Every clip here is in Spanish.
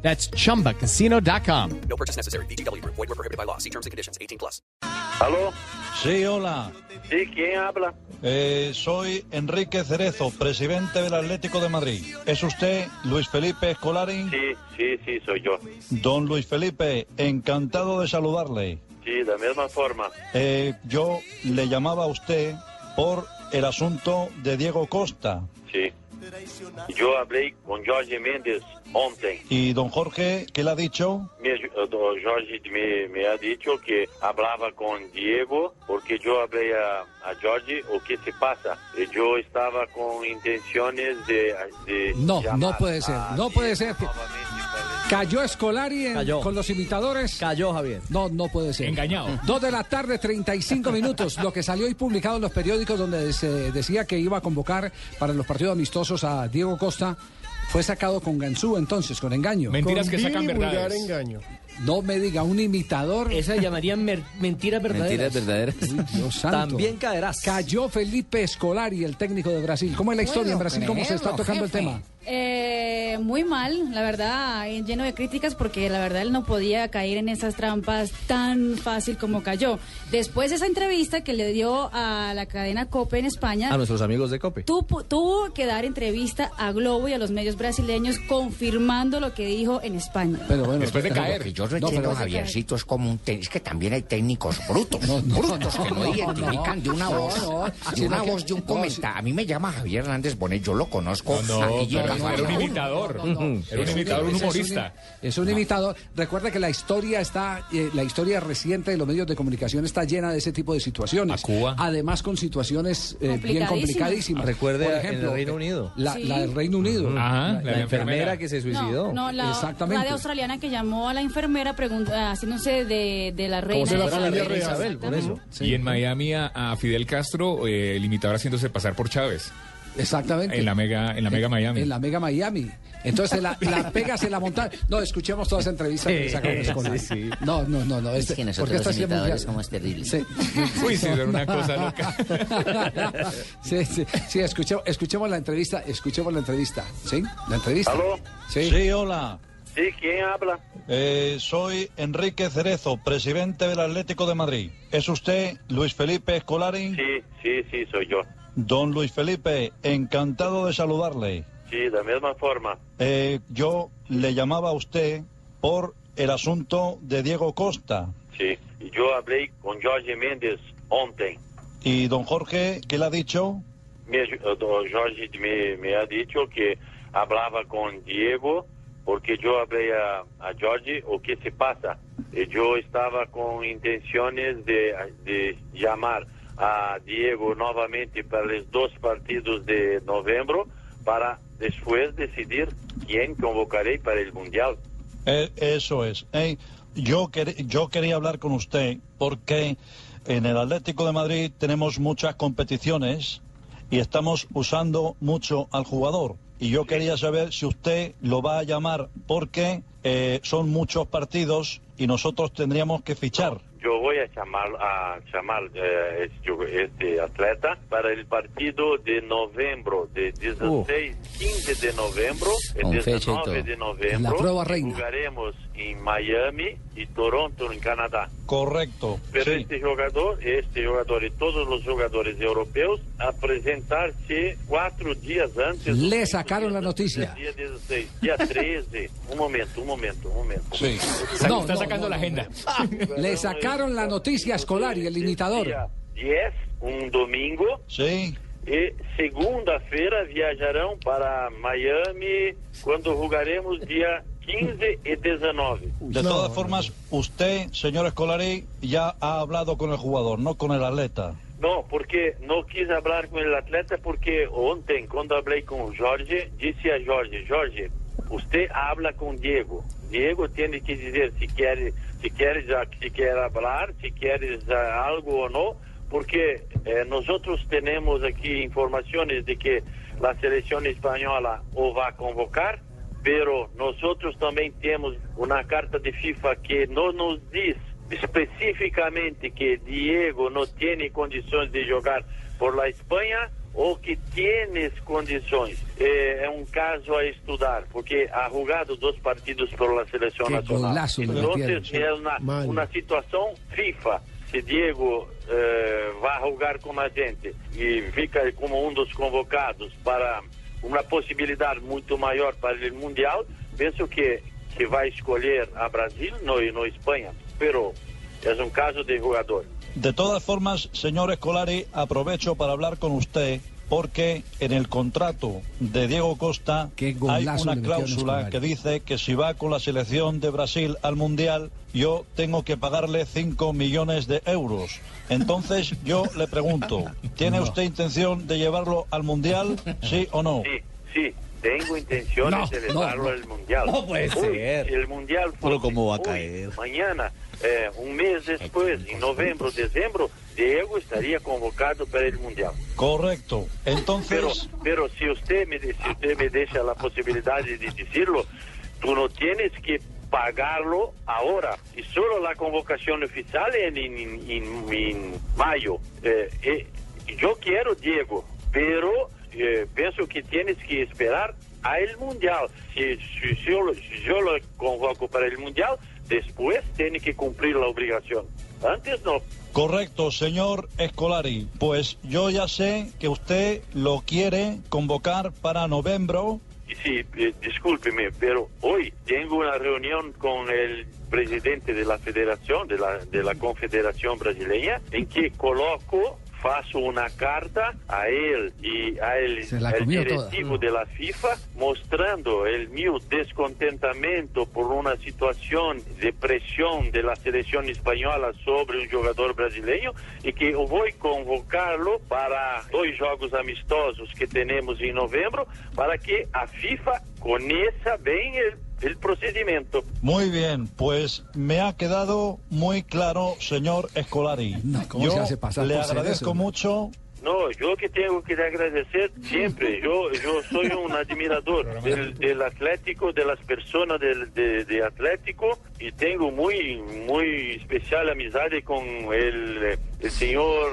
That's chumbacasino.com. No purchase necessary. BGW. Void were prohibited by law. See terms and conditions. 18 plus. ¿Aló? Sí, hola. Sí, ¿quién habla? Eh, soy Enrique Cerezo, presidente del Atlético de Madrid. ¿Es usted Luis Felipe Escolarin? Sí, sí, sí, soy yo. Don Luis Felipe, encantado de saludarle. Sí, de la misma forma. Eh, yo le llamaba a usted por el asunto de Diego Costa. Sí. Yo hablé con Jorge Méndez ontem. ¿Y don Jorge qué le ha dicho? Me ayu- eh, don Jorge me, me ha dicho que hablaba con Diego porque yo hablé a, a Jorge o qué se pasa. Y Yo estaba con intenciones de... de No, llamar no puede ser, a no puede Diego ser que- nuevamente para- Cayó Escolari en- Cayó. con los imitadores. Cayó Javier. no, no puede ser. Engañado. Dos de la tarde, 35 minutos. Lo que salió hoy publicado en los periódicos donde se decía que iba a convocar para los partidos amistosos a Diego Costa fue sacado con Gansú entonces, con engaño. Mentiras que Vil sacan y vulgar verdades. engaño. No me diga, un imitador. Esa llamarían mer- mentiras verdaderas. Mentiras verdaderas. Uy, Dios santo. También caerás. Cayó Felipe Escolari, el técnico de Brasil. ¿Cómo es la historia en Brasil? ¿Cómo se está tocando el tema? Eh, muy mal, la verdad, eh, lleno de críticas porque la verdad él no podía caer en esas trampas tan fácil como cayó. Después de esa entrevista que le dio a la cadena COPE en España, A nuestros amigos de COPE. tu- pu- tuvo que dar entrevista a Globo y a los medios brasileños confirmando lo que dijo en España. Pero bueno, Después de pero- caer. Que yo No, rechino pero- a Javiercito es como un tenis, que también hay técnicos brutos, brutos que no, identifican de una no, voz, no, de sino una que- voz de un no, comentario. A mí me llama Javier Hernández Bonet, yo lo conozco. No, a pero Guillermo era un Fajardo. imitador. Era un Es imitador, un ese es humorista. Es un, imitador. Recuerda que la historia está, eh, la historia reciente de los medios de comunicación está llena de ese tipo de situaciones. A Cuba. Además con situaciones eh, bien Complicadísimas. complicadísimas. Recuerde Por eh, en el Reino Unido. La, Sí. la del Reino Unido. Ajá, La- Ah, la, La enfermera. enfermera que se No, suicidó. no, la Exactamente. radio australiana que llamó a la enfermera pregun- eh, haciéndose de, de la reina. si fuera Isabel. la reina Isabel, por eso. Y en Miami a, a Fidel Castro, eh, el imitador haciéndose pasar por Chávez. Exactamente. En la mega, en la mega Miami. En la Mega Miami. Entonces la, la pega se la monta. No, escuchemos toda esa entrevista que le sacaron a Escolar. No, no, no, no. este- porque esto ha sido muy grave. terribles. Sí. Uy, sí, era una cosa loca. sí, sí, sí, escuchemos, escuchemos la entrevista, escuchemos la entrevista, ¿sí? La entrevista. ¿Aló? Sí. Sí, hola. Sí, ¿quién habla? Eh, soy Enrique Cerezo, presidente del Atlético de Madrid. ¿Es usted Luis Felipe Escolarin? Sí, sí, sí, soy yo. Don Luis Felipe, encantado de saludarle. Sí, de la misma forma. Eh, yo le llamaba a usted por el asunto de Diego Costa. Sí. Yo hablé con Jorge Méndez ontem. ¿Y don Jorge qué le ha dicho? Me, ayu- eh, don Jorge me, me ha dicho que hablaba con Diego porque yo hablé a, a Jorge o qué se pasa. Y Yo estaba con intenciones de, de llamar a Diego nuevamente para los dos partidos de noviembre para después decidir quién convocaré para el Mundial. Eh, eso es. Eh, yo, quer- yo quería hablar con usted porque en el Atlético de Madrid tenemos muchas competiciones y estamos usando mucho al jugador. Y yo quería saber si usted lo va a llamar porque eh, son muchos partidos y nosotros tendríamos que fichar. Yo voy a llamar a llamar eh, este, este atleta para el partido de noviembre, de 16, 15 de noviembre, el Con fecha y 19 todo. de noviembre. La prueba reina. Jugaremos en Miami y Toronto, en Canadá. Correcto. Pero sí. este jugador, este jugador y todos los jugadores europeos apresentarse cuatro días antes. Le cinco sacaron la días noticia. antes del Día 16, día 13. un momento, un momento, un momento. Sí. Sa- No, está no, sacando la no, no, agenda. Le sacaron la noticia a Scolari, el imitador. Dia 10, un domingo, Sí. e segunda-feira viajarão para Miami, quando jogaremos dia 15 e 19. De todas formas, usted, señor Escolari, ya ha hablado con el jugador, no con el atleta. Não, porque não quis falar com o atleta, porque ontem, quando falei com o Jorge, disse a Jorge, Jorge, você habla com Diego. Diego tem que dizer se quer si quieres, ah, si quieres hablar, si quieres ah, algo o no, porque eh, nosotros tenemos aquí informaciones de que la selección española o va a convocar, pero nosotros también tenemos una carta de FIFA que no nos dice específicamente que Diego no tiene condiciones de jugar por la España o que tienes condiciones. Eh, es un caso a estudiar, porque ha jugado dos partidos por la selección Qué nacional. golazo le metieron, Entonces sí. es una, Mal. una situación FIFA. Si Diego eh, va a jugar con la gente y fica como uno de los convocados para una posibilidad mucho mayor para el Mundial, pienso que, que va a escoger a Brasil no, y no a España. Pero es un caso de jugador. De todas formas, señor Escolari, aprovecho para hablar con usted porque en el contrato de Diego Costa Qué hay golazo le una metieron cláusula Scolari. que dice que si va con la selección de Brasil al Mundial, yo tengo que pagarle 5 millones de euros. Entonces yo le pregunto, ¿tiene usted intención de llevarlo al Mundial, sí o no? Sí, sí, tengo intenciones No, de no, elevarlo no. al mundial. No puede Hoy, ser. si el mundial Pero fuese ¿cómo va a hoy, caer? Mañana, eh, un mes después, en noviembre, diciembre, Diego estaría convocado para el mundial. Correcto. Pero, Entonces... pero si usted me de- si usted me deja la posibilidad de decirlo, tú no tienes que pagarlo ahora y solo la convocación oficial en, en- en- en- en mayo. Eh, eh, yo quiero Diego, pero eh, pienso que tienes que esperar a el mundial. Si, si- si yo, lo- si yo lo convoco para el mundial, después tiene que cumplir la obligación. Antes no. Correcto, señor Escolari. Pues yo ya sé que usted lo quiere convocar para noviembre. Y Sí, eh, discúlpeme, pero hoy tengo una reunión con el presidente de la federación, de la, de la confederación brasileña, en que coloco, faço una carta a él y a el, Se la al comió toda. directivo de la FIFA mostrando el mío descontentamiento por una situación de presión de la selección española sobre un jugador brasileño y que yo voy a convocarlo para dos juegos amistosos que tenemos en noviembre para que a FIFA conozca bien el, el procedimiento. Muy bien, pues me ha quedado muy claro, señor Escolari. No, ¿cómo yo se hace pasar le por ser agradezco eso? mucho. No, yo que tengo que agradecer siempre. Yo, yo soy un admirador del, del Atlético, de las personas del de, de Atlético y tengo muy, muy especial amistad con el, eh, el señor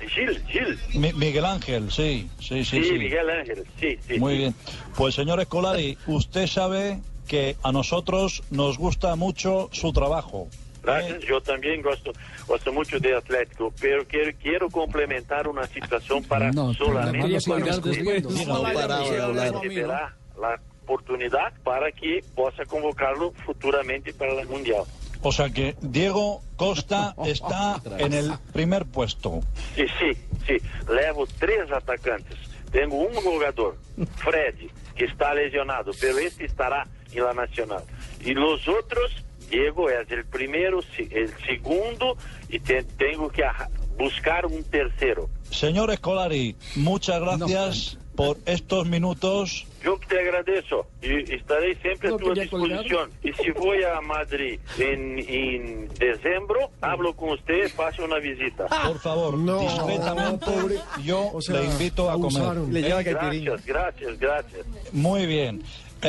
eh, Gil, Gil. Mi- Miguel Ángel, sí, sí, sí. Sí, sí. Miguel Ángel, sí, sí. Muy bien. Pues señor Escolari, usted sabe que a nosotros nos gusta mucho su trabajo. É. Eh, Gracias, yo también Tá? gosto, gosto mucho de Atlético, pero quiero, quiero complementar una situación para No, solamente vamos a para hablar usted. después. Solamente No, para quiero hablar. recuperar la oportunidad para que possa convocarlo futuramente para el Mundial. O sea que Diego Costa está en el primer puesto. E sim, sim, levo três atacantes. Tenho um jogador, Fred, que está lesionado, pelo este estará em La Nacional. E os outros, Diego é o primeiro, é o segundo, e te- tenho que arra- buscar um terceiro. Señor Escolari, muchas gracias por estos minutos. Eu que te agradeço e estarei sempre à tua disposição. E se vou a Madrid em, em dezembro, hablo com você e faço uma visita. Por favor, No, discretamente, pobre. yo O sea, le invito a abusaron. comer. Le lleva caipirinha. Graças, graças, graças. Muy bien.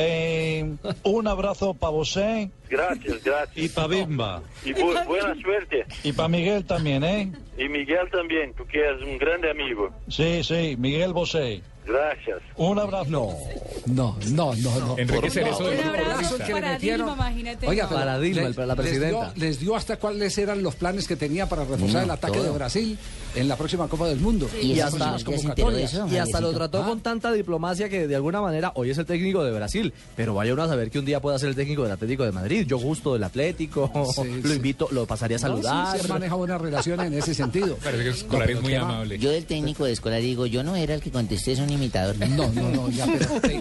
Eh, un abrazo para José Graças, graças. y para Bimba. Y bu- buena suerte. Y para Miguel también, ¿eh? Y Miguel también, porque es un grande amigo. Sí, sí, Miguel Bosé. Gracias. Un abrazo. No, no, no, no. Enrique Cerezo Un del grupo abrazo Racista. que le para metieron. Dilma, imagínate. Oiga, no. pero Para Dilma, les- para la les dio- presidenta. Les dio, hasta cuáles eran los planes que tenía para reforzar No, el ataque Mm, todo. de Brasil en la próxima Copa del Mundo. Y las hasta- próximas ya se enteró de convocatorias. eso. Y hasta lo Javiercito. trató Ah. con tanta diplomacia que de alguna manera hoy es el técnico de Brasil, pero vaya uno a saber que un día pueda ser el técnico del Atlético de Madrid. Yo gusto del Atlético, Sí, lo sí. invito, lo pasaría a No, sí, saludar. se maneja buena relación en ese sentido. Parece que No, Escolari pero es muy qué va. amable. Yo del técnico de escuela digo, yo no era el que contesté, es un imitador. No, no, no, ya, pero,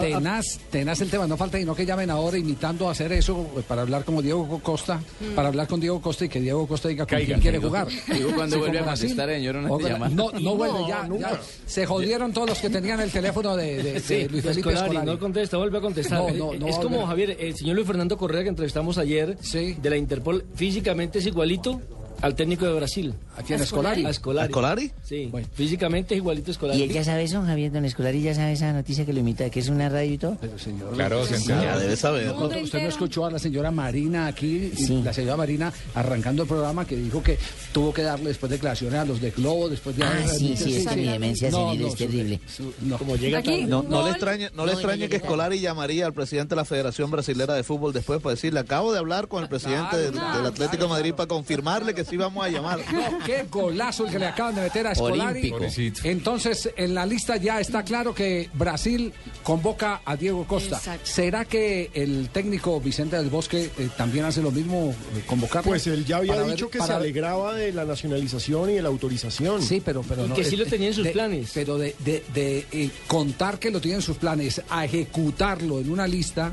Tenaz, tenaz el tema, no falta sino que llamen ahora imitando a hacer eso eh, para hablar como Diego Costa, para hablar con Diego Costa y que Diego Costa diga con quién quiere jugar. Digo, cuando Sí, vuelve con a Brasil. contestar, señor, no O necesita con- llamar. No, no vuelve, No, ya, nunca. ya. Se jodieron todos los que tenían el teléfono de, de- de Luis Escolari, Felipe Escolari. no contesta, vuelve a contestar. Eh, No, no, no es va a como volver. Javier, el señor Luis Fernando Correa que entrevistamos ayer Sí. de la Interpol, físicamente es igualito al técnico de Brasil. ¿A quién, Escolari? A Escolari. ¿Escolari? Sí, Bueno. físicamente es igualito a Escolari. Y él ya sabe eso, Javier, don Escolari ya sabe esa noticia que lo imita, que es una radio y todo. Pero señor, Claro, se entera. debe saber. No, no, usted no escuchó a la señora Marina aquí, y Sí. la señora Marina arrancando el programa que dijo que tuvo que darle después declaraciones a los de Globo, después de... Ah, sí, sí, es que mi demencia No, senil no, es su- terrible. su- no. Como llega Aquí, tarde. No, no gol. le extrañe, no No, le ya extrañe que llegué tarde. Escolari llamaría al presidente de la Federación Brasilera de Fútbol después para decirle, acabo de hablar con el presidente del, claro, del Atlético de Madrid para confirmarle que sí vamos a llamar. No, qué golazo el que le acaban de meter a Escolari. Olímpico. Pobrecito. Entonces, en la lista ya está claro que Brasil convoca a Diego Costa. Exacto. ¿Será que el técnico Vicente del Bosque eh, también hace lo mismo eh, convocarlo? Pues él ya había dicho que se alegraba de la nacionalización y de la autorización. Sí, pero, pero Y no, que sí eh, lo tenía en sus de- planes. Pero de, de- de, eh, contar que lo tiene en sus planes a ejecutarlo en una lista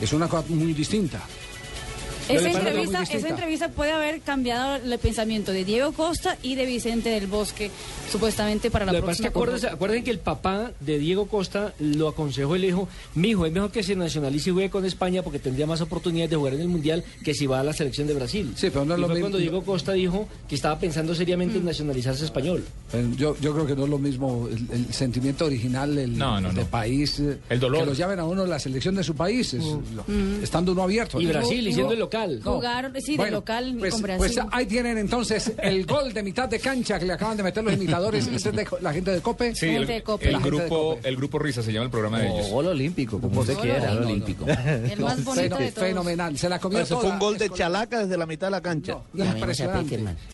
es una cosa muy distinta. Esa Pero es una cosa entrevista, muy esa distinta. entrevista puede haber cambiado el pensamiento de Diego Costa y de Vicente del Bosque, supuestamente para la Lo que pasa es que próxima acuérdense, Copa. acuérdense que el papá de Diego Costa lo aconsejó y le dijo, mijo, es mejor que se nacionalice y juegue con España porque tendría más oportunidades de jugar en el Mundial que si va a la selección de Brasil. Sí, pero no es y lo fue mismo- cuando Diego Costa dijo que estaba pensando seriamente en Mm. nacionalizarse español. Pero Pues Yo, yo creo que no es lo mismo el, el sentimiento original el, No, no, el de no. país. eh, El dolor. Que los llamen a uno la selección de su país, es- lo- Mm. estando uno abierto. Y ¿no? Brasil, y siendo el local. No. Jugaron, sí, de local pues, con Brasil. pues ahí tienen entonces el gol de mitad de cancha que le acaban de meter los imitadores. Este es de co- la gente de Cope. Sí, el, Gente de Copa. el La gente de grupo, Copa. el grupo Risa se llama el programa Oh, de O ellos. gol olímpico, como usted Gol quiera. olímpico. El más bonito Feno- de todos. Fenomenal. Se la comió Eso fue toda. un gol de chalaca desde la mitad de la cancha. No, Llamemos a impresionante. Peterman.